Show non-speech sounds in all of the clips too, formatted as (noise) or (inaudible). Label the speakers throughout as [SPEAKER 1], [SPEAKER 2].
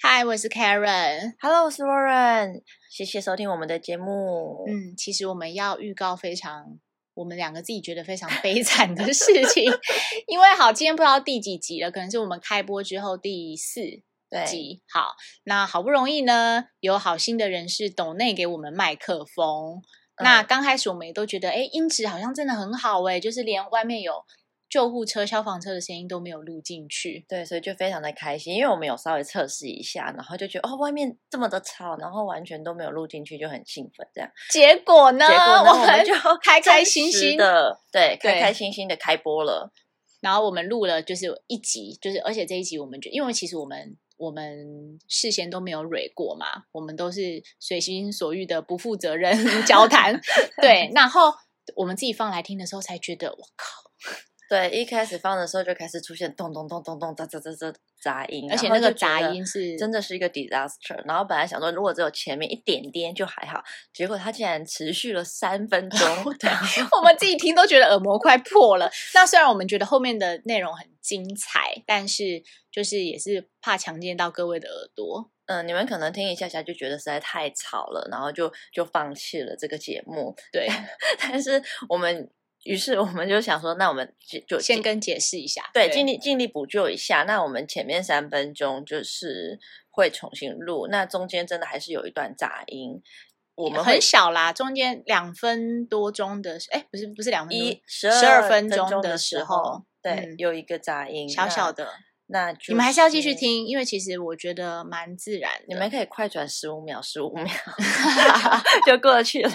[SPEAKER 1] 嗨，我是 Karen。
[SPEAKER 2] Hello，我是 Warren，谢谢收听我们的节目。
[SPEAKER 1] 嗯，其实我们要预告非常我们两个自己觉得非常悲惨的事情，因为好，今天不知道第几集了，可能是我们开播之后第四
[SPEAKER 2] 对，
[SPEAKER 1] 集。好，那好不容易呢，有好心的人士抖内给我们麦克风。那
[SPEAKER 2] 嗯
[SPEAKER 1] 刚开始我们也都觉得，哎，音质好像真的很好哎，就是连外面有救护车、消防车的声音都没有录进去。
[SPEAKER 2] 对，所以就非常的开心，因为我们有稍微测试一下，然后就觉得哦，外面这么的吵，然后完全都没有录进去，就很兴奋这样。
[SPEAKER 1] 结果呢，
[SPEAKER 2] 结果呢，我
[SPEAKER 1] 们
[SPEAKER 2] 们 (laughs) 就
[SPEAKER 1] 开开
[SPEAKER 2] 真
[SPEAKER 1] 心
[SPEAKER 2] 实
[SPEAKER 1] 心
[SPEAKER 2] 的，对，
[SPEAKER 1] 对
[SPEAKER 2] 开开心心的开播了。
[SPEAKER 1] 然后我们录了就是一集，就是而且这一集我们就因为其实我们我们事先都没有蕊过嘛，我们都是随心所欲的不负责任 (laughs) 交
[SPEAKER 2] (laughs)
[SPEAKER 1] 谈，对，然后我们自己放来听的时候才觉得我靠，
[SPEAKER 2] 对，一开始放的时候就开始出现咚咚咚咚咚哒哒哒哒杂音，
[SPEAKER 1] 而且那
[SPEAKER 2] 然后
[SPEAKER 1] 个
[SPEAKER 2] 就觉
[SPEAKER 1] 杂
[SPEAKER 2] 得
[SPEAKER 1] 音是
[SPEAKER 2] 真的是一个 disaster。然后本来想说，如果只有前面一点点就还好，结果它竟然持续了三分
[SPEAKER 1] (laughs)
[SPEAKER 2] 钟。对，
[SPEAKER 1] (laughs) 我们自己听都觉得耳膜快破了。那虽然我们觉得后面的内容很精彩，但是就是也是怕强奸到各位的耳朵。
[SPEAKER 2] 嗯、你们可能听一下下就觉得实在太吵了，然后就就放弃了这个节目。 (laughs)
[SPEAKER 1] 对，
[SPEAKER 2] 但是我们，于是我们就想说，那我们就就
[SPEAKER 1] 先
[SPEAKER 2] 尽
[SPEAKER 1] 跟解释一下。
[SPEAKER 2] 对尽力尽力补救一下。那我们前面三分钟就是会重新录，那中间真的还是有一段杂音，我们会
[SPEAKER 1] 很小啦，中间两分多钟的时，哎，不是不是两分
[SPEAKER 2] 一
[SPEAKER 1] 钟，
[SPEAKER 2] 十
[SPEAKER 1] 12
[SPEAKER 2] 二
[SPEAKER 1] 分
[SPEAKER 2] 分
[SPEAKER 1] 钟的
[SPEAKER 2] 的
[SPEAKER 1] 时
[SPEAKER 2] 时
[SPEAKER 1] 候
[SPEAKER 2] 候，对，
[SPEAKER 1] 嗯
[SPEAKER 2] 有一个杂音，
[SPEAKER 1] 小小
[SPEAKER 2] 那。
[SPEAKER 1] 的，
[SPEAKER 2] 那就
[SPEAKER 1] 你们还是要继续
[SPEAKER 2] 是。
[SPEAKER 1] 听，因为其实我觉得蛮自然的。
[SPEAKER 2] 你们可以快转十五秒，十
[SPEAKER 1] (laughs)
[SPEAKER 2] 五秒 (laughs) 就过去了。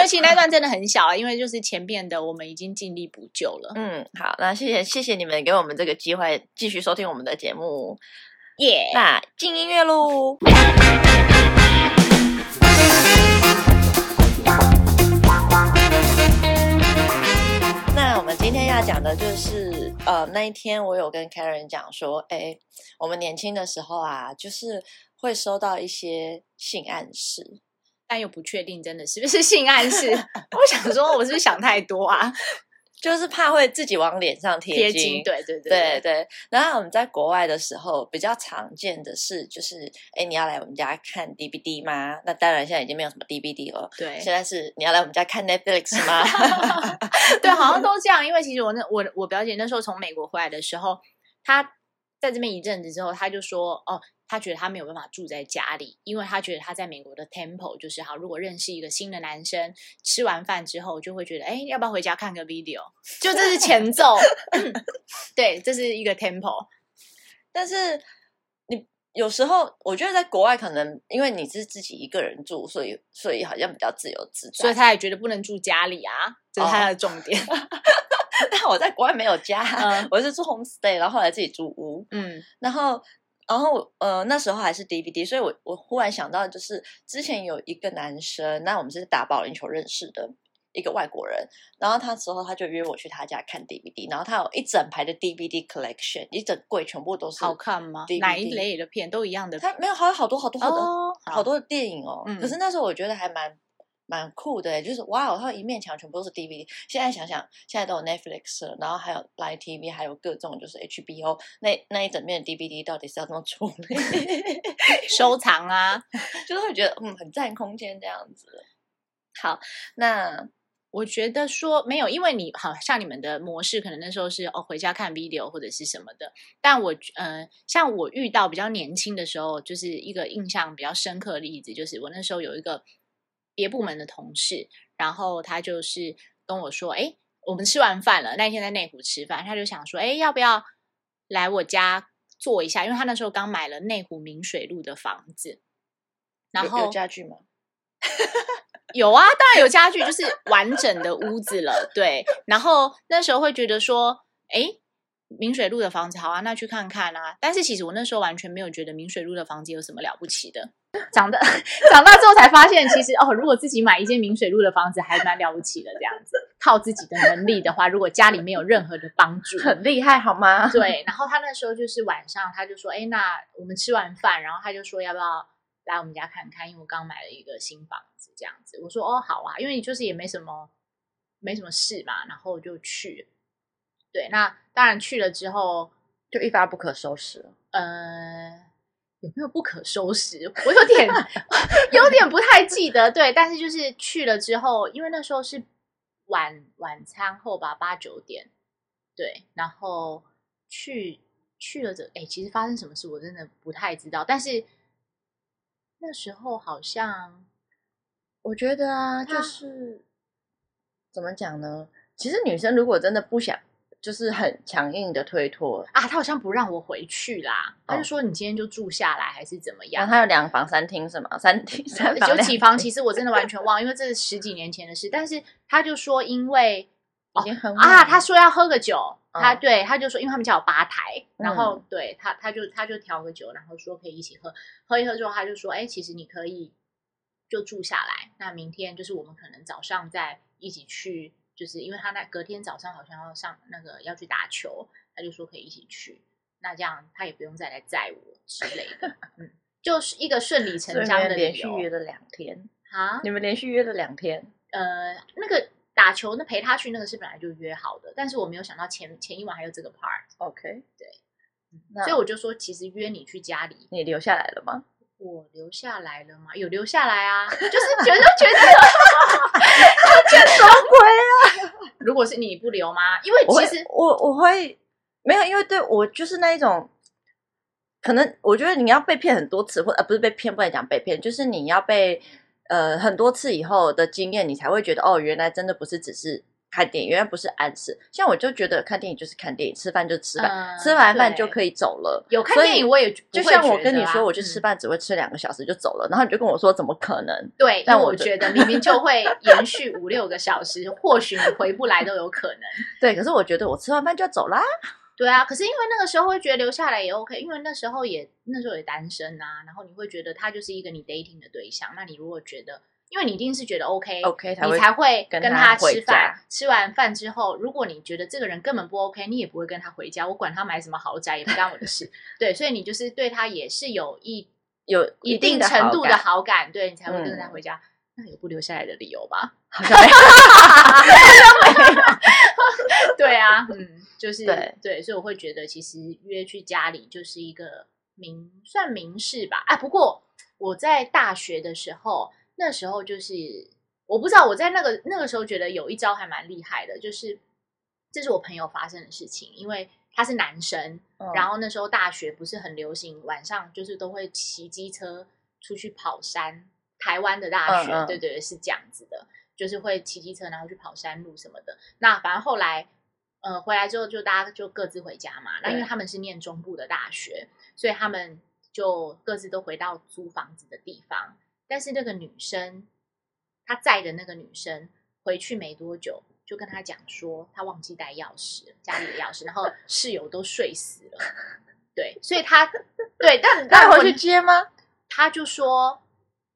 [SPEAKER 1] 尤其
[SPEAKER 2] 嗯
[SPEAKER 1] 那段真的很小啊，因为就是前面的我们已经尽力补救了，
[SPEAKER 2] 嗯，好，那谢谢谢谢你们给我们这个机会，继续收听我们的节目。
[SPEAKER 1] 耶、
[SPEAKER 2] 那进音乐喽。那我们今天要讲的就是，呃，那一天我有跟 Karen 讲说，哎，我们年轻的时候啊，就是会收到一些性暗示，
[SPEAKER 1] 但又不确定真的是不是性暗示。 (laughs) 我想说，我是不是想太多
[SPEAKER 2] (laughs)
[SPEAKER 1] 啊？
[SPEAKER 2] 就是怕会自己往脸上贴
[SPEAKER 1] 贴
[SPEAKER 2] 金。
[SPEAKER 1] 金，对对对
[SPEAKER 2] 对对，然后我们在国外的时候，比较常见的是，就是哎，你要来我们家看 DVD 吗？那当然，现在已经没有什么 DVD 了，
[SPEAKER 1] 对
[SPEAKER 2] 现在是你要来我们家看 Netflix
[SPEAKER 1] (laughs)
[SPEAKER 2] 吗？
[SPEAKER 1] 对，好像都这样。因为其实我那我我表姐那时候从美国回来的时候，她在这边一阵子之后，她就说哦。她觉得她没有办法住在家里，因为她觉得她在美国的 tempo 就是好，如果认识一个新的男生，吃完饭之后就会觉得，哎，要不要回家看个 video？就 (laughs) 这是前奏，嗯 (laughs) 对，这是一个 tempo，
[SPEAKER 2] 但是你有时候，我觉得在国外可能因为你是自己一个人住，所以所以好像比较自由自
[SPEAKER 1] 所以
[SPEAKER 2] 在。
[SPEAKER 1] 她也觉得不能住家里啊，这是她的重点。
[SPEAKER 2] (laughs)
[SPEAKER 1] (laughs)
[SPEAKER 2] 但我在国外没有家，
[SPEAKER 1] 嗯
[SPEAKER 2] 我是住 homestay，然后后来自己租屋，
[SPEAKER 1] 嗯，
[SPEAKER 2] 然后。然后我呃那时候还是 DVD，所以我我忽然想到，就是之前有一个男生，那我们是打保龄球认识的一个外国人，然后他之后他就约我去他家看 DVD，然后他有一整排的 DVD collection，一整柜全部都是
[SPEAKER 1] 好看吗
[SPEAKER 2] DVD
[SPEAKER 1] 哪一类的片都一样的片
[SPEAKER 2] 他没有好有好多好多好多、
[SPEAKER 1] 哦，
[SPEAKER 2] 好多的电影哦。
[SPEAKER 1] 嗯
[SPEAKER 2] 可是那时候我觉得还蛮蛮酷的耶，就是哇哦，它一面墙全部都是 DVD。现在想想，现在都有 Netflix 了，然后还有 Live TV，还有各种就是 HBO，那那一整面的 DVD 到底是要怎么处 (laughs) 理？
[SPEAKER 1] 收藏啊，
[SPEAKER 2] 就是会觉得嗯，很占空间这样子。好，那
[SPEAKER 1] 我觉得说没有，因为你好像你们的模式可能那时候是哦回家看 video 或者是什么的，但我呃像我遇到比较年轻的时候，就是一个印象比较深刻的例子，就是我那时候有一个别部门的同事，然后他就是跟我说，哎，我们吃完饭了，那一天在内湖吃饭，他就想说，哎，要不要来我家坐一下？因为他那时候刚买了内湖明水路的房子，然
[SPEAKER 2] 有
[SPEAKER 1] 后
[SPEAKER 2] 有家具吗？
[SPEAKER 1] 有啊，当然有家具，就是完整的屋子了。对，然后那时候会觉得说，诶，明水路的房子好啊，那去看看啊。但是其实我那时候完全没有觉得明水路的房子有什么了不起的。长大长大之后才发现，其实哦，如果自己买一间明水路的房子，还蛮了不起的。这样子，靠自己的能力的话，如果家里没有任何的帮助，
[SPEAKER 2] 厉害好吗？
[SPEAKER 1] 对，然后他那时候就是晚上，他就说：“哎，那我们吃完饭，然后他就说要不要来我们家看看？因为我刚买了一个新房子，这样子。”我说：“哦，好啊，因为就是也没什么没什么事嘛，然后就去。对，那当然去了之后，
[SPEAKER 2] 就一发不可收拾了。
[SPEAKER 1] 呃，有没有不可收拾？ (laughs) 我有点有点不太记得，对，但是就是去了之后，因为那时候是晚晚餐后吧，八九点，对，然后去去了这，哎，其实发生什么事我真的不太知道，但是那时候好像
[SPEAKER 2] 我觉得啊，就
[SPEAKER 1] 他
[SPEAKER 2] 是怎么讲呢？其实女生如果真的不想，就是很强硬的推脱，
[SPEAKER 1] 啊，他好像不让我回去啦，他就
[SPEAKER 2] 哦
[SPEAKER 1] 说你今天就住下来还是怎么
[SPEAKER 2] 然
[SPEAKER 1] 样呃
[SPEAKER 2] 后？她有两房三厅是吗？三厅三房
[SPEAKER 1] 有
[SPEAKER 2] 两
[SPEAKER 1] 几
[SPEAKER 2] 厅
[SPEAKER 1] 房，其实我真的完全忘，因为这是十几年前的事。但是他就说，因为
[SPEAKER 2] 已经很晚
[SPEAKER 1] 啊，
[SPEAKER 2] 了
[SPEAKER 1] 他说要喝个酒，他
[SPEAKER 2] 哦嗯
[SPEAKER 1] 对他就说，因为他们家有吧台，然后
[SPEAKER 2] 嗯
[SPEAKER 1] 对他他就他就调个酒，然后说可以一起喝，喝一喝之后他就说，哎，其实你可以就住下来，那明天就是我们可能早上再一起去，就是因为他那隔天早上好像要上那个要去打球，他就说可以一起去，那这样他也不用再来载我之类的，嗯，就是一个顺理成
[SPEAKER 2] 所以你
[SPEAKER 1] 章的
[SPEAKER 2] 们
[SPEAKER 1] 理
[SPEAKER 2] 连续约
[SPEAKER 1] 由
[SPEAKER 2] 了两天，
[SPEAKER 1] 啊。
[SPEAKER 2] 你们连续约了两天，
[SPEAKER 1] 呃，那个打球那陪他去那个是本来就约好的，但是我没有想到前前一晚还有这个 part，
[SPEAKER 2] OK，对，
[SPEAKER 1] 所以
[SPEAKER 2] 那
[SPEAKER 1] 我就说其实约你去家里，
[SPEAKER 2] 你留下来了 (laughs) 吗？
[SPEAKER 1] 我留下来了吗？有留下来啊，就是觉得觉得
[SPEAKER 2] (laughs) 鬼啊！
[SPEAKER 1] 如果是你不留吗？因为
[SPEAKER 2] 我会
[SPEAKER 1] 其实
[SPEAKER 2] 我我会没有，因为对我就是那一种，可能我觉得你要被骗很多次，或呃不是被骗，不能讲被骗，就是你要被呃很多次以后的经验，你才会觉得哦，原来真的不是只是看电影，原来不是暗示。像我就觉得看电影就是看电影，吃饭就吃饭，
[SPEAKER 1] 嗯
[SPEAKER 2] 吃完饭就
[SPEAKER 1] 对
[SPEAKER 2] 可以走了。
[SPEAKER 1] 有看
[SPEAKER 2] 所以
[SPEAKER 1] 电影，我也
[SPEAKER 2] 就
[SPEAKER 1] 不会
[SPEAKER 2] 像我
[SPEAKER 1] 觉
[SPEAKER 2] 跟
[SPEAKER 1] 得
[SPEAKER 2] 你
[SPEAKER 1] 啊
[SPEAKER 2] 说，我去吃
[SPEAKER 1] 嗯
[SPEAKER 2] 饭只会吃两个小时就走了，然后你就跟我说怎么可能？
[SPEAKER 1] 对，
[SPEAKER 2] 但
[SPEAKER 1] 但我
[SPEAKER 2] 我的
[SPEAKER 1] 觉得明明就会延续五六个小时，或许你回不来都有可能。
[SPEAKER 2] 对，可是我觉得我吃完饭就要走啦。
[SPEAKER 1] 对啊，可是因为那个时候会觉得留下来也 OK，因为那时候也那时候也单身啊，然后你会觉得他就是一个你 dating 的对象，那你如果觉得，因为你一定是觉得 OK。
[SPEAKER 2] OK，才
[SPEAKER 1] 你
[SPEAKER 2] 会
[SPEAKER 1] 才会
[SPEAKER 2] 跟
[SPEAKER 1] 跟
[SPEAKER 2] 他
[SPEAKER 1] 他
[SPEAKER 2] 回
[SPEAKER 1] 吃
[SPEAKER 2] 家
[SPEAKER 1] 饭，吃完饭之后，如果你觉得这个人根本不 OK，你也不会跟他回家。我管他买什么豪宅，也不干我的
[SPEAKER 2] (laughs)
[SPEAKER 1] 事。对，所以你就是对他也是有一
[SPEAKER 2] 有
[SPEAKER 1] 一
[SPEAKER 2] 定
[SPEAKER 1] 定程度 (laughs) 的
[SPEAKER 2] 好
[SPEAKER 1] 好
[SPEAKER 2] 感
[SPEAKER 1] 感，对你才会跟他
[SPEAKER 2] 嗯
[SPEAKER 1] 回家。那有不留下来的理由吧？
[SPEAKER 2] 好像
[SPEAKER 1] (laughs)
[SPEAKER 2] 没有
[SPEAKER 1] 对啊，嗯，就是
[SPEAKER 2] 对
[SPEAKER 1] 所以我会觉得其实约去家里就是一个明算明示吧。啊，不过我在大学的时候，那时候就是我不知道我在那个那个时候觉得有一招还蛮厉害的，就是这是我朋友发生的事情，因为他是男生，
[SPEAKER 2] 嗯
[SPEAKER 1] 然后那时候大学不是很流行晚上就是都会骑机车出去跑山，台湾的大学，
[SPEAKER 2] 嗯嗯
[SPEAKER 1] 对对对，是这样子的，就是会骑机车然后去跑山路什么的。那反正后来。呃，回来之后就大家就各自回家嘛。那因为
[SPEAKER 2] 对
[SPEAKER 1] 他们是念中部的大学，所以他们就各自都回到租房子的地方。但是那个女生，她在的那个女生回去没多久，就跟她讲说她忘记带钥匙，家里的钥匙，然后室友都睡死了。对，所以她对，
[SPEAKER 2] (laughs)
[SPEAKER 1] 但
[SPEAKER 2] 那
[SPEAKER 1] 但
[SPEAKER 2] 回去接吗？
[SPEAKER 1] 他就说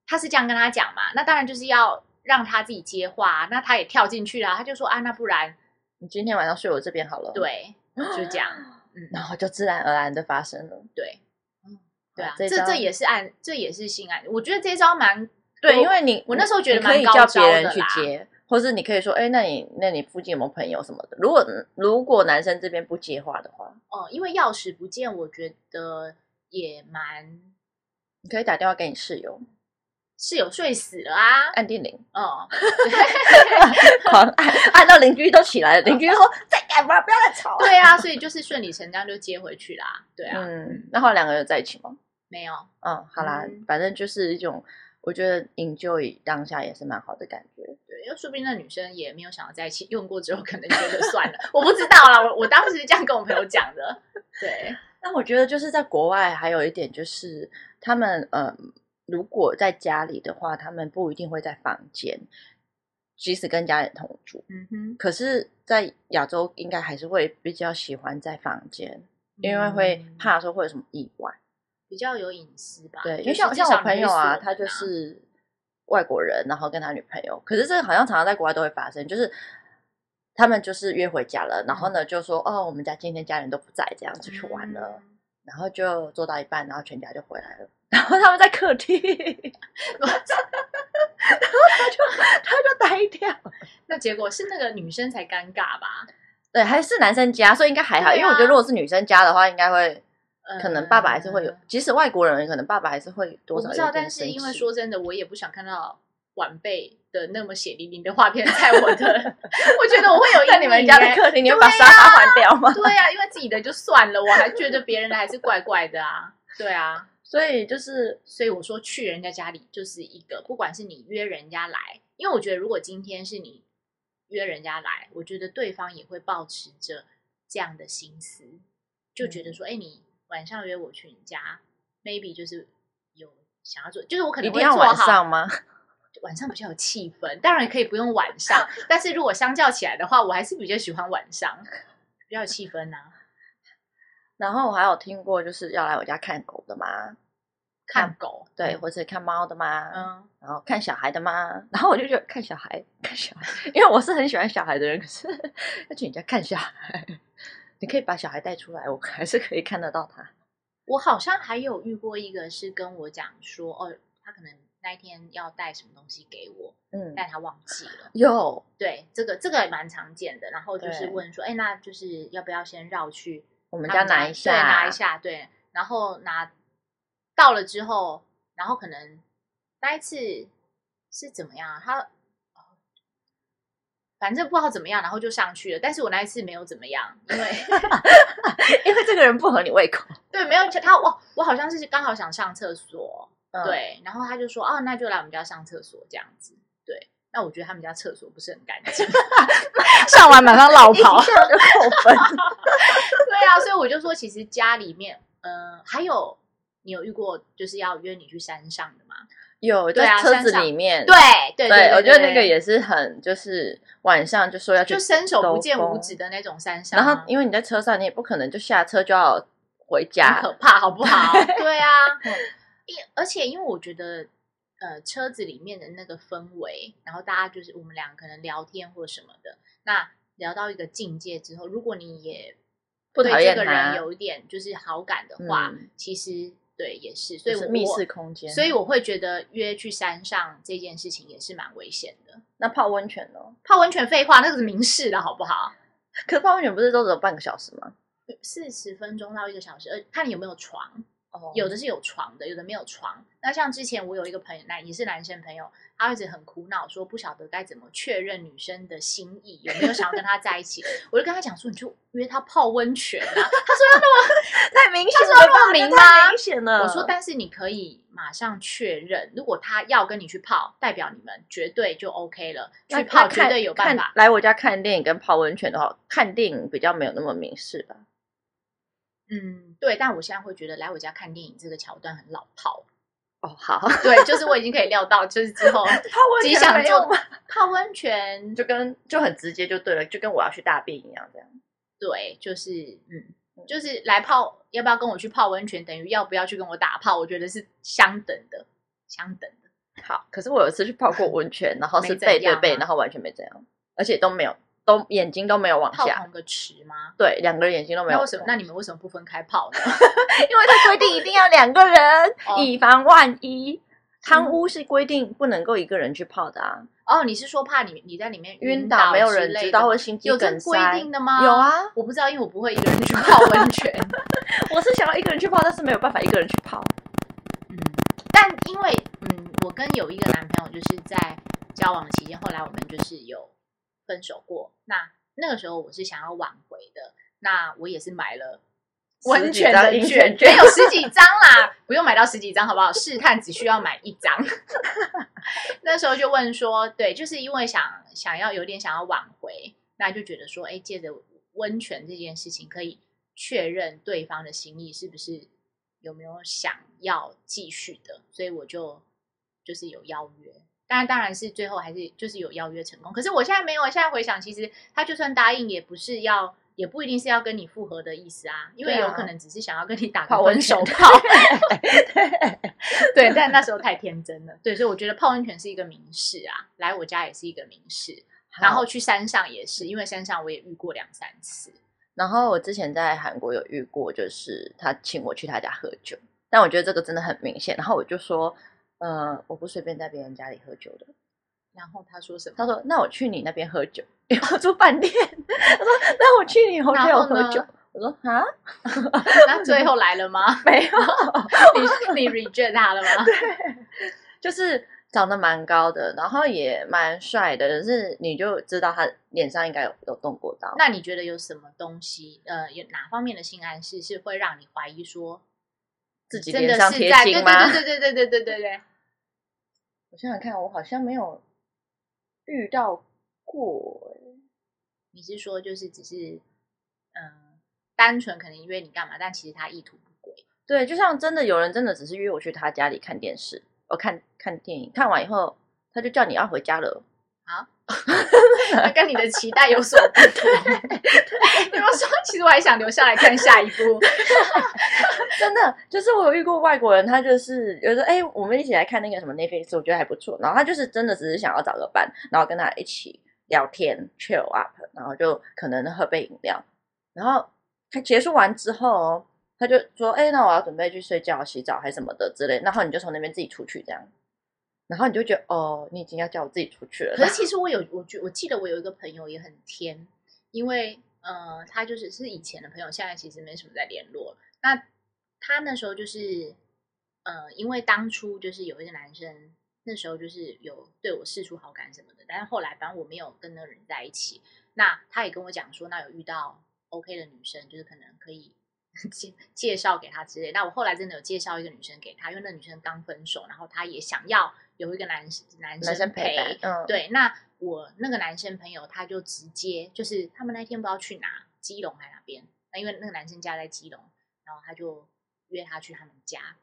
[SPEAKER 1] 他是这样跟他讲嘛，那当然就是要让他自己接话啊、那他也跳进去了，他就说啊，那不然
[SPEAKER 2] 你今天晚上睡我这边好了。，
[SPEAKER 1] 对，就这样，嗯，
[SPEAKER 2] 然后就自然而然的发生了。
[SPEAKER 1] 对，对啊，
[SPEAKER 2] 哦这
[SPEAKER 1] 这
[SPEAKER 2] 招
[SPEAKER 1] 这也是暗，这也是性暗，我觉得这招蛮
[SPEAKER 2] 对，
[SPEAKER 1] 我
[SPEAKER 2] 因为你
[SPEAKER 1] 我那时候觉得
[SPEAKER 2] 你可
[SPEAKER 1] 蛮
[SPEAKER 2] 以
[SPEAKER 1] 高
[SPEAKER 2] 叫
[SPEAKER 1] 招
[SPEAKER 2] 别
[SPEAKER 1] 的
[SPEAKER 2] 人去
[SPEAKER 1] 啦
[SPEAKER 2] 接，或是你可以说，哎，那你那你附近有没有朋友什么的？如果如果男生这边不接话的话，
[SPEAKER 1] 哦、因为钥匙不见，我觉得也蛮
[SPEAKER 2] 你可以打电话给你室友，
[SPEAKER 1] 是有睡死了啊，
[SPEAKER 2] 按电铃， (laughs)
[SPEAKER 1] 哦、
[SPEAKER 2] 狂按，按到邻居都起来了，邻居就说再干嘛，不要再吵了。
[SPEAKER 1] (laughs) 对啊，所以就是顺理成章就接回去啦，对啊，
[SPEAKER 2] 嗯，那后来两个人有在一起吗？
[SPEAKER 1] 没有，
[SPEAKER 2] 嗯，好啦，
[SPEAKER 1] 嗯
[SPEAKER 2] 反正就是一种，我觉得 enjoy 当下也是蛮好的感觉。
[SPEAKER 1] 对，因为说不定那女生也没有想要在一起，用过之后可能觉得算了，我不知道啦。我我当时是这样跟我朋友讲的，
[SPEAKER 2] (laughs)
[SPEAKER 1] 对，
[SPEAKER 2] 那我觉得就是在国外还有一点就是，他们呃，如果在家里的话，他们不一定会在房间，即使跟家人同住。
[SPEAKER 1] 嗯哼，
[SPEAKER 2] 可是，在亚洲应该还是会比较喜欢在房间，因为会
[SPEAKER 1] 嗯
[SPEAKER 2] 怕说会有什么意外。
[SPEAKER 1] 比较有隐私吧。
[SPEAKER 2] 对，因
[SPEAKER 1] 就
[SPEAKER 2] 为
[SPEAKER 1] 是
[SPEAKER 2] 像
[SPEAKER 1] 至
[SPEAKER 2] 像
[SPEAKER 1] 少
[SPEAKER 2] 我
[SPEAKER 1] 你
[SPEAKER 2] 朋
[SPEAKER 1] 会
[SPEAKER 2] 友
[SPEAKER 1] 锁
[SPEAKER 2] 啊，
[SPEAKER 1] 门
[SPEAKER 2] 他就是外国人，然后跟他女朋友，可是这个好像常常在国外都会发生，就是。他们就是约回家了，然
[SPEAKER 1] 嗯
[SPEAKER 2] 后呢就说哦，我们家今天家人都不在，这样出去玩了。，
[SPEAKER 1] 嗯
[SPEAKER 2] 然后就做到一半，然后全家就回来了。 (laughs) 然后他们在客厅，他就呆掉。
[SPEAKER 1] 那结果是那个女生才尴尬吧？
[SPEAKER 2] 对，还是男生家，所以应该还好。
[SPEAKER 1] 对啊
[SPEAKER 2] 因为我觉得如果是女生家的话，应该会可能爸爸还是会有
[SPEAKER 1] 嗯，
[SPEAKER 2] 即使外国人，可能爸爸还是会多
[SPEAKER 1] 我
[SPEAKER 2] 少
[SPEAKER 1] 不
[SPEAKER 2] 有
[SPEAKER 1] 知道，
[SPEAKER 2] 点
[SPEAKER 1] 但是
[SPEAKER 2] 生
[SPEAKER 1] 因为
[SPEAKER 2] 气
[SPEAKER 1] 说真的，我也不想看到晚辈的那么血淋淋的画片在我的，我觉得我会有阴
[SPEAKER 2] (laughs) 在你们家的
[SPEAKER 1] 影欸
[SPEAKER 2] 客厅，你会
[SPEAKER 1] 对
[SPEAKER 2] 把沙发
[SPEAKER 1] 呀
[SPEAKER 2] 还掉吗？
[SPEAKER 1] 对啊，因为自己的就算了，我还觉得别人的还是怪怪的啊。对啊，
[SPEAKER 2] (laughs) 所以就是
[SPEAKER 1] 所以我说去人家家里就是一个，不管是你约人家来，因为我觉得如果今天是你约人家来，我觉得对方也会保持着这样的心思，就觉
[SPEAKER 2] 嗯
[SPEAKER 1] 得说，哎、你晚上约我去你家，maybe 就是有想要做，就是我可能
[SPEAKER 2] 一
[SPEAKER 1] 会
[SPEAKER 2] 定
[SPEAKER 1] 做
[SPEAKER 2] 要
[SPEAKER 1] 好
[SPEAKER 2] 晚上吗？
[SPEAKER 1] 晚上比较有气氛，当然也可以不用晚上，但是如果相较起来的话，我还是比较喜欢晚上，比较有气氛啊呐、
[SPEAKER 2] 然后我还有听过就是要来我家看狗的吗？
[SPEAKER 1] 看狗，
[SPEAKER 2] 对，或者看猫的吗？
[SPEAKER 1] 嗯，
[SPEAKER 2] 然后看小孩的吗？ (laughs) 然后我就觉得看小孩， (laughs) 看小孩，因为我是很喜欢小孩的人，可是要去你家看小孩， (laughs) 你可以把小孩带出来，我还是可以看得到他。
[SPEAKER 1] 我好像还有遇过一个是跟我讲说，哦，他可能那一天要带什么东西给我，
[SPEAKER 2] 嗯，
[SPEAKER 1] 但他忘记了。
[SPEAKER 2] 有，
[SPEAKER 1] 对，这个这个也蛮常见的。然后就是
[SPEAKER 2] 对
[SPEAKER 1] 问说，哎，那就是要不要先绕去
[SPEAKER 2] 我
[SPEAKER 1] 我
[SPEAKER 2] 们家拿一下，
[SPEAKER 1] 对，拿一，下，对，然后拿到了之后，然后可能那一次是怎么样啊？他反正不知道怎么样，然后就上去了。但是我那一次没有怎么样，因为 (laughs)
[SPEAKER 2] (laughs) 因为这个人不合你胃口。
[SPEAKER 1] 对没有他我我好像是刚好想上厕所，
[SPEAKER 2] 嗯，
[SPEAKER 1] 对，然后他就说哦，那就来我们家上厕所这样子，对。那我觉得他们家厕所不是很干净， (laughs)
[SPEAKER 2] 上完马上 (laughs) 落
[SPEAKER 1] 跑
[SPEAKER 2] 一下啊就扣分。
[SPEAKER 1] 对啊，所以我就说，其实家里面，呃，还有你有遇过就是要约你去山上的吗？
[SPEAKER 2] (laughs) 有，
[SPEAKER 1] 对
[SPEAKER 2] 在
[SPEAKER 1] 啊
[SPEAKER 2] 车
[SPEAKER 1] 山
[SPEAKER 2] 子
[SPEAKER 1] 上
[SPEAKER 2] 里面，
[SPEAKER 1] 对对对，
[SPEAKER 2] 我觉得那个
[SPEAKER 1] 对
[SPEAKER 2] 也是很，就是晚上就说要去
[SPEAKER 1] 就伸手不见
[SPEAKER 2] 兜
[SPEAKER 1] 五
[SPEAKER 2] 风
[SPEAKER 1] 指的那种山上
[SPEAKER 2] 然
[SPEAKER 1] 啊，
[SPEAKER 2] 后因为你在车上，你也不可能就下车就要回家
[SPEAKER 1] 很，可怕，好不 (laughs) 好？对啊，嗯因而且因为我觉得，呃，车子里面的那个氛围，然后大家就是我们俩可能聊天或什么的，那聊到一个境界之后，如果你也
[SPEAKER 2] 不
[SPEAKER 1] 对
[SPEAKER 2] 讨
[SPEAKER 1] 这
[SPEAKER 2] 厌
[SPEAKER 1] 个
[SPEAKER 2] 他
[SPEAKER 1] 人有一点就是好感的话，
[SPEAKER 2] 嗯
[SPEAKER 1] 其实对也是，所
[SPEAKER 2] 就
[SPEAKER 1] 以
[SPEAKER 2] 是
[SPEAKER 1] 我
[SPEAKER 2] 密室空间。
[SPEAKER 1] 所以我会觉得约去山上这件事情也是蛮危险的。
[SPEAKER 2] 那泡温泉呢？
[SPEAKER 1] 泡温泉废话，那个是明示的好不好？
[SPEAKER 2] 可是泡温泉不是都只有半个小时吗？
[SPEAKER 1] 四十分钟到一个小时，而看你有没有床，
[SPEAKER 2] 哦
[SPEAKER 1] 有的是有床的，有的没有床。那像之前我有一个朋友，那也是男生朋友，他一直很苦恼，说不晓得该怎么确认女生的心意，有没有想要跟他在一起。我就跟他讲说，你就约他泡温泉啊。
[SPEAKER 2] 太明显
[SPEAKER 1] 了
[SPEAKER 2] 了
[SPEAKER 1] 吧
[SPEAKER 2] 吧？
[SPEAKER 1] 那太
[SPEAKER 2] 太
[SPEAKER 1] 明
[SPEAKER 2] 明显了。
[SPEAKER 1] 我说，但是你可以马上确认，如果他要跟你去泡，代表你们绝对就 OK 了，去泡绝对有办法。
[SPEAKER 2] 来我家看电影跟泡温泉的话，看电影比较没有那么明示吧。
[SPEAKER 1] 嗯，对。但我现在会觉得来我家看电影这个桥段很老套，
[SPEAKER 2] 哦，
[SPEAKER 1] (laughs)
[SPEAKER 2] 好，
[SPEAKER 1] 对，就是我已经可以料到，就是之后
[SPEAKER 2] 吉
[SPEAKER 1] 吉
[SPEAKER 2] 祥
[SPEAKER 1] 祥
[SPEAKER 2] 就
[SPEAKER 1] 做泡温泉，
[SPEAKER 2] 就跟就很直接就对了，就跟我要去大便一样这样。
[SPEAKER 1] 对，就是嗯，就是来泡，要不要跟我去泡温泉，等于要不要去跟我打炮，我觉得是相等的，相等的。
[SPEAKER 2] 好，可是我有一次去泡过温泉，然后是
[SPEAKER 1] 没怎
[SPEAKER 2] 背对
[SPEAKER 1] 样啊
[SPEAKER 2] 背，
[SPEAKER 1] 吗
[SPEAKER 2] 然后完全没怎样，而且都没有，都眼睛都没有往
[SPEAKER 1] 泡
[SPEAKER 2] 下，
[SPEAKER 1] 同个池吗？
[SPEAKER 2] 对，两个人眼睛都没有
[SPEAKER 1] 那
[SPEAKER 2] 往
[SPEAKER 1] 为
[SPEAKER 2] 下。
[SPEAKER 1] 什么？那你们为什么不分开泡
[SPEAKER 2] (laughs)
[SPEAKER 1] 呢？
[SPEAKER 2] 因为他规定一定要两个人
[SPEAKER 1] (laughs) 哦，嗯
[SPEAKER 2] 以防万一。贪污是规定不能够一个人去泡的啊，
[SPEAKER 1] 哦，你是说怕你你在里面
[SPEAKER 2] 晕
[SPEAKER 1] 倒
[SPEAKER 2] 倒没有
[SPEAKER 1] 之
[SPEAKER 2] 人
[SPEAKER 1] 类
[SPEAKER 2] 知
[SPEAKER 1] 的
[SPEAKER 2] 道
[SPEAKER 1] 吗
[SPEAKER 2] 或者心肌
[SPEAKER 1] 有这
[SPEAKER 2] 梗
[SPEAKER 1] 规
[SPEAKER 2] 塞
[SPEAKER 1] 定的吗？
[SPEAKER 2] 有，啊，
[SPEAKER 1] 我不知道，因为我不会一个人去泡温泉。
[SPEAKER 2] 我是想要一个人去泡，但是没有办法一个人去泡。 (laughs)
[SPEAKER 1] 嗯，但因为嗯，我跟有一个男朋友就是在交往的期间，后来我们就是有分手过。那那个时候我是想要挽回的，那我也是买了温
[SPEAKER 2] 十几
[SPEAKER 1] 泉
[SPEAKER 2] 张
[SPEAKER 1] 的
[SPEAKER 2] 温
[SPEAKER 1] 卷
[SPEAKER 2] 泉
[SPEAKER 1] 卷，
[SPEAKER 2] 卷
[SPEAKER 1] 有十几张啦，不用买到十几张好不好？试探只需要买一张。 (laughs) 那时候就问说，对，就是因为想想要有点想要挽回，那就觉得说，哎，借着温泉这件事情，可以确认对方的心意是不是有没有想要继续的，所以我就就是有邀约。当然，当然是最后还是就是有邀约成功。可是我现在没有，现在回想，其实他就算答应，也不是要，也不一定是要跟你复合的意思啊，因为
[SPEAKER 2] 对
[SPEAKER 1] 有
[SPEAKER 2] 啊
[SPEAKER 1] 可能只是想要跟你打
[SPEAKER 2] 泡
[SPEAKER 1] 个
[SPEAKER 2] 温
[SPEAKER 1] 分手
[SPEAKER 2] 泉
[SPEAKER 1] 炮。 (laughs) 对，但那时候太天真了。对，所以我觉得泡温泉是一个名士啊，来我家也是一个名士，然后去山上也是，因为山上我也遇过两三次。
[SPEAKER 2] 然后我之前在韩国有遇过，就是他请我去他家喝酒，但我觉得这个真的很明显。然后我就说，呃，我不随便在别人家里喝酒的。
[SPEAKER 1] 然后他说什
[SPEAKER 2] (laughs)
[SPEAKER 1] 么？
[SPEAKER 2] 他说，那我去你那边喝酒，因为我住饭店。他说，那我去你 hotel
[SPEAKER 1] 然后呢
[SPEAKER 2] 喝酒。我我说啊，
[SPEAKER 1] 那最后来了吗？
[SPEAKER 2] 没有，
[SPEAKER 1] 你你 reject 他了吗？
[SPEAKER 2] (laughs) 就是长得蛮高的，然后也蛮帅的，可是你就知道他脸上应该有有动过刀。
[SPEAKER 1] 那你觉得有什么东西，呃，有哪方面的性暗示是会让你怀疑说
[SPEAKER 2] 自己
[SPEAKER 1] 真的
[SPEAKER 2] 脸上
[SPEAKER 1] 是
[SPEAKER 2] 贴
[SPEAKER 1] 在？对
[SPEAKER 2] 金
[SPEAKER 1] 对
[SPEAKER 2] 吗？
[SPEAKER 1] 对对对对对对对，
[SPEAKER 2] 我想想看，我好像没有遇到过欸、
[SPEAKER 1] 你是说就是只是嗯、呃单纯可能约你干嘛，但其实他意图不轨。
[SPEAKER 2] 对，就像真的有人真的只是约我去他家里看电视，我看看电影，看完以后他就叫你要回家了。
[SPEAKER 1] 那跟你的期待有所不
[SPEAKER 2] (laughs)
[SPEAKER 1] 同。 (laughs) 你们说，其实我还想留下来看下一部。
[SPEAKER 2] 真的，就是我有遇过外国人，他就是有时候哎、我们一起来看那个什么 Netflix，我觉得还不错。然后他就是真的只是想要找个伴，然后跟他一起聊天 chill up，然后就可能喝杯饮料，然后他结束完之后哦，他就说哎、那我要准备去睡觉、洗澡还什么的之类。然后你就从那边自己出去这样，然后你就觉得哦，你已经要叫我自己出去了。
[SPEAKER 1] 可是其实我有，我觉我记得我有一个朋友也很天，因为呃，他就是是以前的朋友，现在其实没什么在联络了。那他那时候就是呃，因为当初就是有一个男生，那时候就是有对我示出好感什么的，但是后来反正我没有跟那个人在一起。那他也跟我讲说，那有遇到 OK 的女生，就是可能可以 (laughs) 介介绍给他之类。那我后来真的有介绍一个女生给他，因为那女生刚分手，然后他也想要有一个男男
[SPEAKER 2] 男
[SPEAKER 1] 生
[SPEAKER 2] 生
[SPEAKER 1] 陪
[SPEAKER 2] 陪伴，嗯，
[SPEAKER 1] 对，那我那个男生朋友他就直接就是他们那天不知道去哪，基隆还哪边，那因为那个男生家在基隆，然后他就约他去他们家，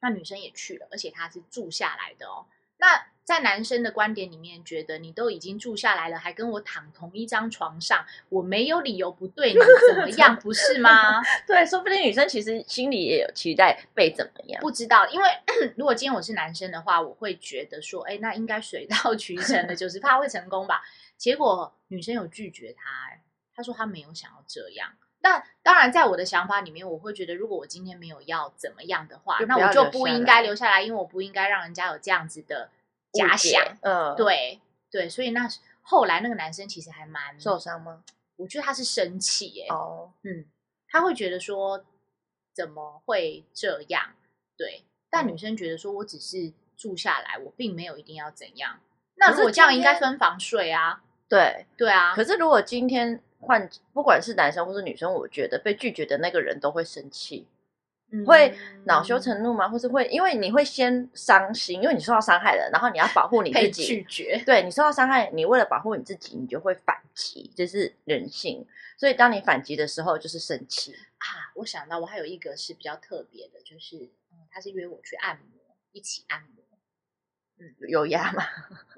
[SPEAKER 1] 那女生也去了，而且他是住下来的哦。那在男生的观点里面，觉得你都已经住下来了，还跟我躺同一张床上，我没有理由不对你怎么样，不是吗？
[SPEAKER 2] 对，说不定女生其实心里也有期待被怎么样。
[SPEAKER 1] 不知道，因为 (clears throat) 如果今天我是男生的话，我会觉得说，哎，那应该水到渠成的，就是怕会成功吧。结果女生有拒绝他、哎，他说他没有想要这样。那当然，在我的想法里面，我会觉得，如果我今天没有要怎么样的话，
[SPEAKER 2] 就不
[SPEAKER 1] 那我
[SPEAKER 2] 要
[SPEAKER 1] 就
[SPEAKER 2] 留
[SPEAKER 1] 不
[SPEAKER 2] 下
[SPEAKER 1] 应
[SPEAKER 2] 来
[SPEAKER 1] 该留下来，因为我不应该让人家有这样子的
[SPEAKER 2] 误
[SPEAKER 1] 假
[SPEAKER 2] 解
[SPEAKER 1] 想。，
[SPEAKER 2] 嗯，，
[SPEAKER 1] 对对，所以那时后来那个男生其实还蛮，
[SPEAKER 2] 受伤吗？
[SPEAKER 1] 我觉得他是生气、哎、
[SPEAKER 2] 哦，
[SPEAKER 1] 嗯，他会觉得说怎么会这样？对，但
[SPEAKER 2] 嗯
[SPEAKER 1] 女生觉得说我只是住下来，我并没有一定要怎样。那
[SPEAKER 2] 可
[SPEAKER 1] 如
[SPEAKER 2] 是
[SPEAKER 1] 果这样，
[SPEAKER 2] 今
[SPEAKER 1] 应该
[SPEAKER 2] 天
[SPEAKER 1] 分房睡啊，
[SPEAKER 2] 对，
[SPEAKER 1] 对啊。
[SPEAKER 2] 可是如果今天换，不管是男生或是女生，我觉得被拒绝的那个人都会生气，会
[SPEAKER 1] 嗯
[SPEAKER 2] 恼羞成怒吗？或是会因为你会先伤心，因为你受到伤害了，然后你要保护你
[SPEAKER 1] 被
[SPEAKER 2] 自己
[SPEAKER 1] 拒。绝，
[SPEAKER 2] 对你受到伤害，你为了保护你自己，你就会反击，这是人性。所以当你反击的时候，就是生气。
[SPEAKER 1] 啊，我想到我还有一个是比较特别的，就是、嗯、他是约我去按摩，一起按摩，
[SPEAKER 2] 有压嘛？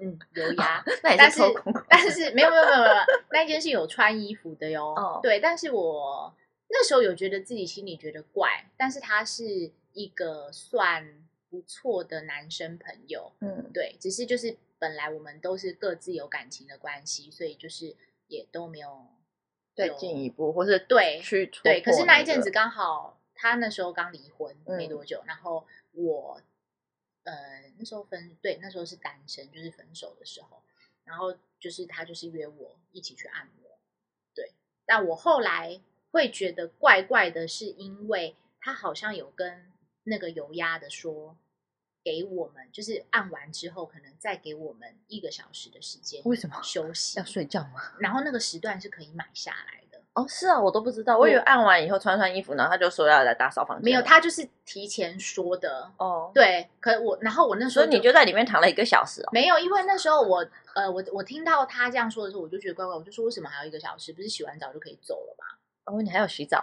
[SPEAKER 1] 嗯，油压，
[SPEAKER 2] (laughs) 那也
[SPEAKER 1] 但
[SPEAKER 2] 是
[SPEAKER 1] 是
[SPEAKER 2] 抽空空。
[SPEAKER 1] 但是没有没有没有没有，那一件是有穿衣服的哟。
[SPEAKER 2] 哦
[SPEAKER 1] 对，但是我那时候有觉得自己心里觉得怪，但是他是一个算不错的男生朋友，
[SPEAKER 2] 嗯，
[SPEAKER 1] 对，只是就是本来我们都是各自有感情的关系，所以就是也都没有
[SPEAKER 2] 再
[SPEAKER 1] 有
[SPEAKER 2] 进一步，或是
[SPEAKER 1] 对
[SPEAKER 2] 去戳
[SPEAKER 1] 对，可
[SPEAKER 2] 破
[SPEAKER 1] 是那
[SPEAKER 2] 个
[SPEAKER 1] 一阵子，刚好他那时候刚离婚
[SPEAKER 2] 嗯
[SPEAKER 1] 没多久，然后我呃那时候分对那时候是单身，就是分手的时候，然后就是他就是约我一起去按摩，对，但我后来会觉得怪怪的，是因为他好像有跟那个油压的说。给我们就是按完之后，可能再给我们一个小时的时间，
[SPEAKER 2] 为什么
[SPEAKER 1] 休息
[SPEAKER 2] 要？睡觉吗？
[SPEAKER 1] 然后那个时段是可以买下来的，
[SPEAKER 2] 哦，是啊，我都不知道，我以为
[SPEAKER 1] 我
[SPEAKER 2] 按完以后穿穿衣服，然后他就说要来打扫房间了。
[SPEAKER 1] 没有，他就是提前说的。
[SPEAKER 2] 哦，
[SPEAKER 1] 对，可我然后我那时
[SPEAKER 2] 所
[SPEAKER 1] 候
[SPEAKER 2] 以你就在里面躺了一个小时哦。
[SPEAKER 1] 没有，因为那时候我呃我我听到他这样说的时候，我就觉得怪怪，我就说为什么还有一个小时？不是洗完澡就可以走了吗？
[SPEAKER 2] 哦，你还有洗澡？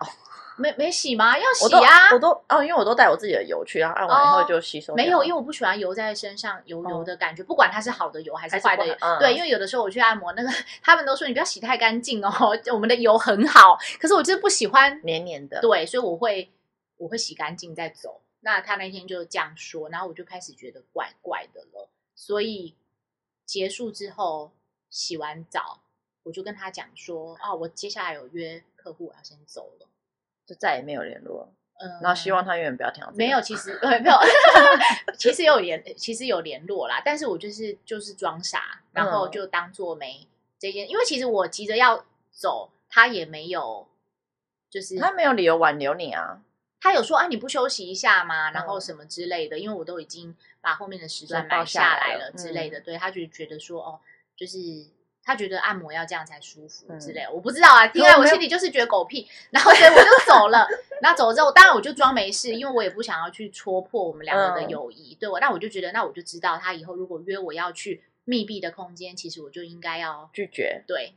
[SPEAKER 1] 没没洗吗？要洗
[SPEAKER 2] 我都
[SPEAKER 1] 啊
[SPEAKER 2] 我！都哦，因为我都带我自己的油去，然后按完以
[SPEAKER 1] 哦
[SPEAKER 2] 后就吸收掉了。
[SPEAKER 1] 没有，因为我不喜欢油在身上油油
[SPEAKER 2] 哦
[SPEAKER 1] 的感觉，不管它是好的油还是
[SPEAKER 2] 还是
[SPEAKER 1] 坏的
[SPEAKER 2] 不
[SPEAKER 1] 油
[SPEAKER 2] 好。嗯
[SPEAKER 1] 对，因为有的时候我去按摩，那个 (laughs) 他们都说你不要洗太干净哦，我们的油很好，可是我就是不喜欢
[SPEAKER 2] 黏黏的。
[SPEAKER 1] 对，所以我会我会洗干净再走。那他那天就这样说，然后我就开始觉得怪怪的了。所以结束之后，洗完澡，我就跟他讲说，啊，我接下来有约客户，我要先走了。
[SPEAKER 2] 就再也没有联络了。
[SPEAKER 1] 嗯，
[SPEAKER 2] 然后希望他永远不要听到这个。
[SPEAKER 1] 没有，其实呃
[SPEAKER 2] (laughs)
[SPEAKER 1] 没有，其实有联，其实有联络啦，但是我就是就是装傻，然后
[SPEAKER 2] 嗯
[SPEAKER 1] 就当做没这件，因为其实我急着要走，他也没有就是
[SPEAKER 2] 他没有理由挽留你啊。
[SPEAKER 1] 他有说啊，你不休息一下吗？然后什么之类的，因为我都已经把后面的时段
[SPEAKER 2] 都报
[SPEAKER 1] 买
[SPEAKER 2] 下嗯来
[SPEAKER 1] 来
[SPEAKER 2] 了
[SPEAKER 1] 了
[SPEAKER 2] 嗯
[SPEAKER 1] 之类的。对他就觉得说哦，就是他觉得按摩要这样才舒服
[SPEAKER 2] 嗯
[SPEAKER 1] 之类的，我不知道啊，因为我心里就是觉得狗屁，然后所以我就走
[SPEAKER 2] (laughs)
[SPEAKER 1] 了。那走了之后，当然我就装没事，因为我也不想要去戳破我们两个
[SPEAKER 2] 嗯
[SPEAKER 1] 的友谊。对我，那我就觉得，那我就知道他以后如果约我要去密闭的空间，其实我就应该要
[SPEAKER 2] 拒绝。
[SPEAKER 1] 对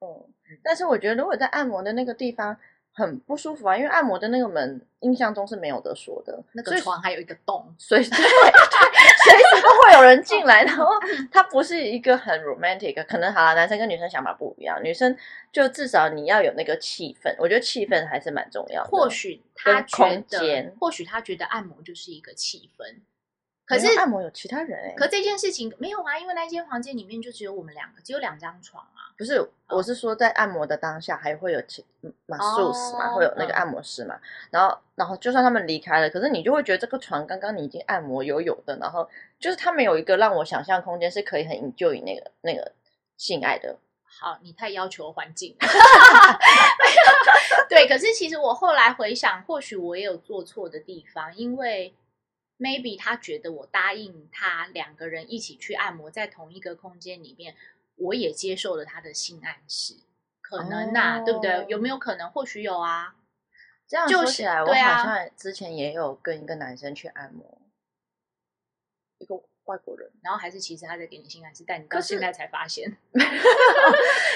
[SPEAKER 2] 嗯，但是我觉得如果在按摩的那个地方很不舒服啊，因为按摩的那个门印象中是没有得说的，
[SPEAKER 1] 那
[SPEAKER 2] 所
[SPEAKER 1] 个
[SPEAKER 2] 以
[SPEAKER 1] 床还有一个洞，
[SPEAKER 2] 随 (laughs) 对对，随时都会有人进来，然后它不是一个很 romantic，可能好了，男生跟女生想法不一样，女生就至少你要有那个气氛，我觉得气氛还是蛮重要的。
[SPEAKER 1] 或许他
[SPEAKER 2] 跟
[SPEAKER 1] 觉
[SPEAKER 2] 空间
[SPEAKER 1] 得，或许他觉得按摩就是一个气氛，可是
[SPEAKER 2] 没有啊按摩有其他人哎、
[SPEAKER 1] 可这件事情没有啊，因为那间房间里面就只有我们两个，只有两张床啊。
[SPEAKER 2] 不是，我是说在按摩的当下还会有其嗯马术师嘛，
[SPEAKER 1] 哦
[SPEAKER 2] 会有那个
[SPEAKER 1] 嗯
[SPEAKER 2] 按摩师嘛，然后然后就算他们离开了，可是你就会觉得这个床刚刚你已经按摩有有的，然后就是他们有一个让我想象空间是可以很 enjoy 那个那个性爱的，
[SPEAKER 1] 好，你太要求环境了。 (laughs) 对，可是其实我后来回想，或许我也有做错的地方，因为 maybe 他觉得我答应他两个人一起去按摩，在同一个空间里面，我也接受了他的性暗示，可能呐、
[SPEAKER 2] 哦
[SPEAKER 1] 对不对？有没有可能？或许有啊。
[SPEAKER 2] 这样
[SPEAKER 1] 就
[SPEAKER 2] 说
[SPEAKER 1] 是
[SPEAKER 2] 起来，我
[SPEAKER 1] 对啊
[SPEAKER 2] 好像之前也有跟一个男生去按摩，一个外国人。
[SPEAKER 1] 然后还是其实他在给你性暗示，但你
[SPEAKER 2] 可
[SPEAKER 1] 到
[SPEAKER 2] 是
[SPEAKER 1] 现在才发现。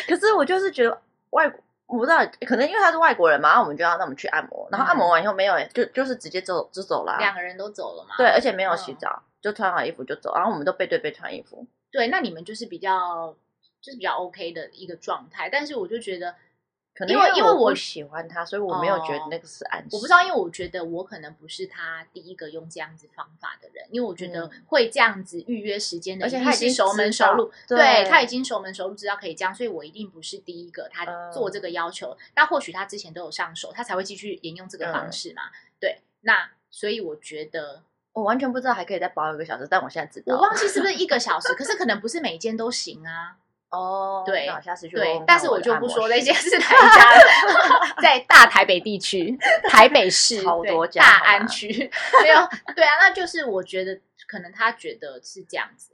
[SPEAKER 2] 可是我就是觉得外国，我不知道，可能因为他是外国人嘛，然后我们就要那我们去按摩，然后按摩完以后没有，就就是直接走就走了、
[SPEAKER 1] 嗯两个人都走了嘛？
[SPEAKER 2] 啊对，而且没有洗
[SPEAKER 1] 嗯
[SPEAKER 2] 澡，就穿好衣服就走，然后我们都背对背穿衣服。
[SPEAKER 1] 对，那你们就是比较就是比较 OK 的一个状态，但是我就觉得，
[SPEAKER 2] 可能
[SPEAKER 1] 因为因为
[SPEAKER 2] 我
[SPEAKER 1] 我
[SPEAKER 2] 不喜欢他，所以我没有觉得
[SPEAKER 1] 哦
[SPEAKER 2] 那个是暗示。
[SPEAKER 1] 我不知道，因为我觉得我可能不是他第一个用这样子方法的人，因为我觉得
[SPEAKER 2] 嗯
[SPEAKER 1] 会这样子预约时间的，
[SPEAKER 2] 而且
[SPEAKER 1] 一
[SPEAKER 2] 他
[SPEAKER 1] 定
[SPEAKER 2] 已经
[SPEAKER 1] 是熟门
[SPEAKER 2] 知道
[SPEAKER 1] 熟路，
[SPEAKER 2] 对
[SPEAKER 1] 他已经熟门熟路，知道可以这样，所以我一定不是第一个他
[SPEAKER 2] 嗯
[SPEAKER 1] 做这个要求。那或许他之前都有上手，他才会继续沿用这个
[SPEAKER 2] 嗯
[SPEAKER 1] 方式嘛？对，那所以我觉得
[SPEAKER 2] 我完全不知道还可以再包一个小时，但我现在知道。
[SPEAKER 1] 我忘记是不是一个小 (laughs) 时，可是可能不是每一间都行 (laughs) 啊。
[SPEAKER 2] 哦，
[SPEAKER 1] 对
[SPEAKER 2] 那我下次去问
[SPEAKER 1] 对
[SPEAKER 2] 问，
[SPEAKER 1] 但
[SPEAKER 2] 看
[SPEAKER 1] 是
[SPEAKER 2] 我
[SPEAKER 1] 我
[SPEAKER 2] 的
[SPEAKER 1] 就
[SPEAKER 2] 按
[SPEAKER 1] 不
[SPEAKER 2] 摩
[SPEAKER 1] 说
[SPEAKER 2] 师
[SPEAKER 1] 那些 (laughs) 是哪一家了， (laughs) 在大台北地区、台北 (laughs) 市、
[SPEAKER 2] 超
[SPEAKER 1] 对
[SPEAKER 2] 多家好
[SPEAKER 1] 大
[SPEAKER 2] 吗
[SPEAKER 1] 安区， (laughs) 没有对啊，那就是我觉得可能他觉得是这样子，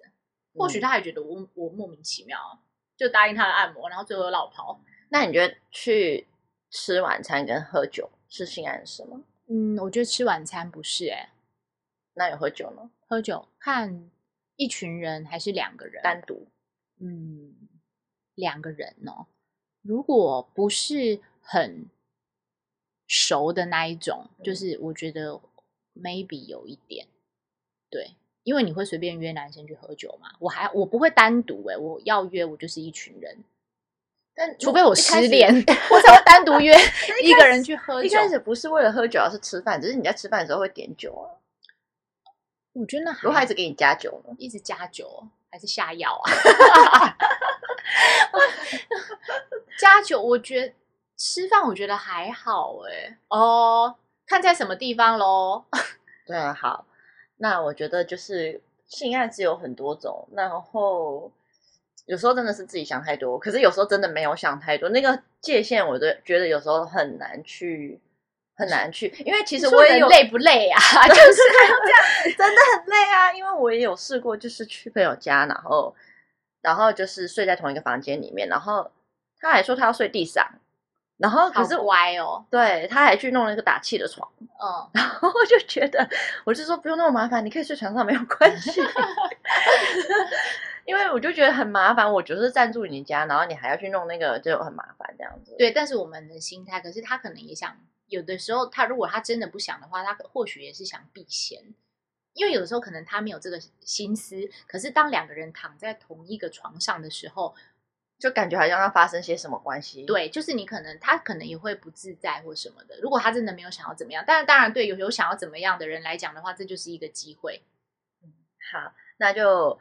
[SPEAKER 1] 或许
[SPEAKER 2] 嗯
[SPEAKER 1] 他也觉得我我莫名其妙啊就答应他的按摩，然后最后又落跑。
[SPEAKER 2] 那你觉得去吃晚餐跟喝酒是性暗示吗？
[SPEAKER 1] 嗯，我觉得吃晚餐不是哎、
[SPEAKER 2] 那有喝酒呢？
[SPEAKER 1] 喝酒看一群人还是两个人
[SPEAKER 2] 单独
[SPEAKER 1] 嗯，两个人哦，如果不是很熟的那一种，就
[SPEAKER 2] 嗯
[SPEAKER 1] 是我觉得 maybe 有一点，对，因为你会随便约男生去喝酒嘛，我还我不会单独诶、我要约我就是一群人，
[SPEAKER 2] 但
[SPEAKER 1] 除非我
[SPEAKER 2] 一开
[SPEAKER 1] 失
[SPEAKER 2] 始
[SPEAKER 1] 恋， (laughs) 我才会单独约 (laughs) 一个人去喝
[SPEAKER 2] 一
[SPEAKER 1] 酒。
[SPEAKER 2] 开始不是为了喝酒，而是吃饭，只是你在吃饭的时候会点酒啊。
[SPEAKER 1] 我觉得那
[SPEAKER 2] 如果他一
[SPEAKER 1] 还
[SPEAKER 2] 直给你加酒呢？
[SPEAKER 1] 一直加酒哦还是下药啊？ (laughs) 加酒，我觉得吃饭我觉得还好哎、哦，看在什么地方喽。
[SPEAKER 2] 对啊，好，那我觉得就是性暗示有很多种，然后有时候真的是自己想太多，可是有时候真的没有想太多，那个界限我的觉得有时候很难去很难去，因为
[SPEAKER 1] 其
[SPEAKER 2] 其实我也有
[SPEAKER 1] 累不累啊？ (laughs)
[SPEAKER 2] (laughs)
[SPEAKER 1] 就是
[SPEAKER 2] 真的很累啊，因为我也有试过，就是去朋友家，然后然后就是睡在同一个房间里面，然后他还说他要睡地上，然后可
[SPEAKER 1] 好
[SPEAKER 2] 是我
[SPEAKER 1] 乖哦，
[SPEAKER 2] 对他还去弄了一个打气的床， (laughs)
[SPEAKER 1] 嗯，
[SPEAKER 2] 然后我就觉得我就说不用那么麻烦，你可以睡床上没有关系，因为我就觉得很麻烦，我就是暂住你家，然后你还要去弄那个就很麻烦这样子，
[SPEAKER 1] 对。但是我们的心态，可是他可能也想，有的时候他如果他真的不想的话，他或许也是想避嫌。因为有时候可能他没有这个心思，可是当两个人躺在同一个床上的时候，
[SPEAKER 2] 就感觉好像要发生些什么关系，
[SPEAKER 1] 对，就是你可能他可能也会不自在或什么的。如果他真的没有想要怎么样，但是当然对有有想要怎么样的人来讲的话，这就是一个机会。
[SPEAKER 2] 好，那就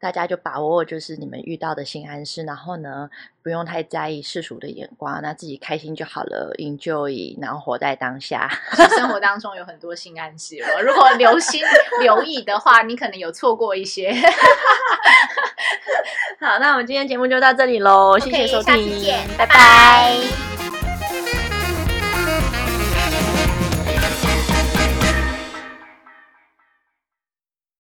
[SPEAKER 2] 大家就把握就是你们遇到的性暗示，然后呢，不用太在意世俗的眼光，那自己开心就好了，enjoy，然后活在当下。 (laughs)
[SPEAKER 1] 生活当中有很多性暗示哦，如果留心 (laughs) 留意的话，你可能有错过一些。
[SPEAKER 2] 好，那我们今天节目就到这里喽，谢谢
[SPEAKER 1] OK，
[SPEAKER 2] 收
[SPEAKER 1] 下次
[SPEAKER 2] 听，
[SPEAKER 1] 见
[SPEAKER 2] 拜
[SPEAKER 1] 拜拜
[SPEAKER 2] 拜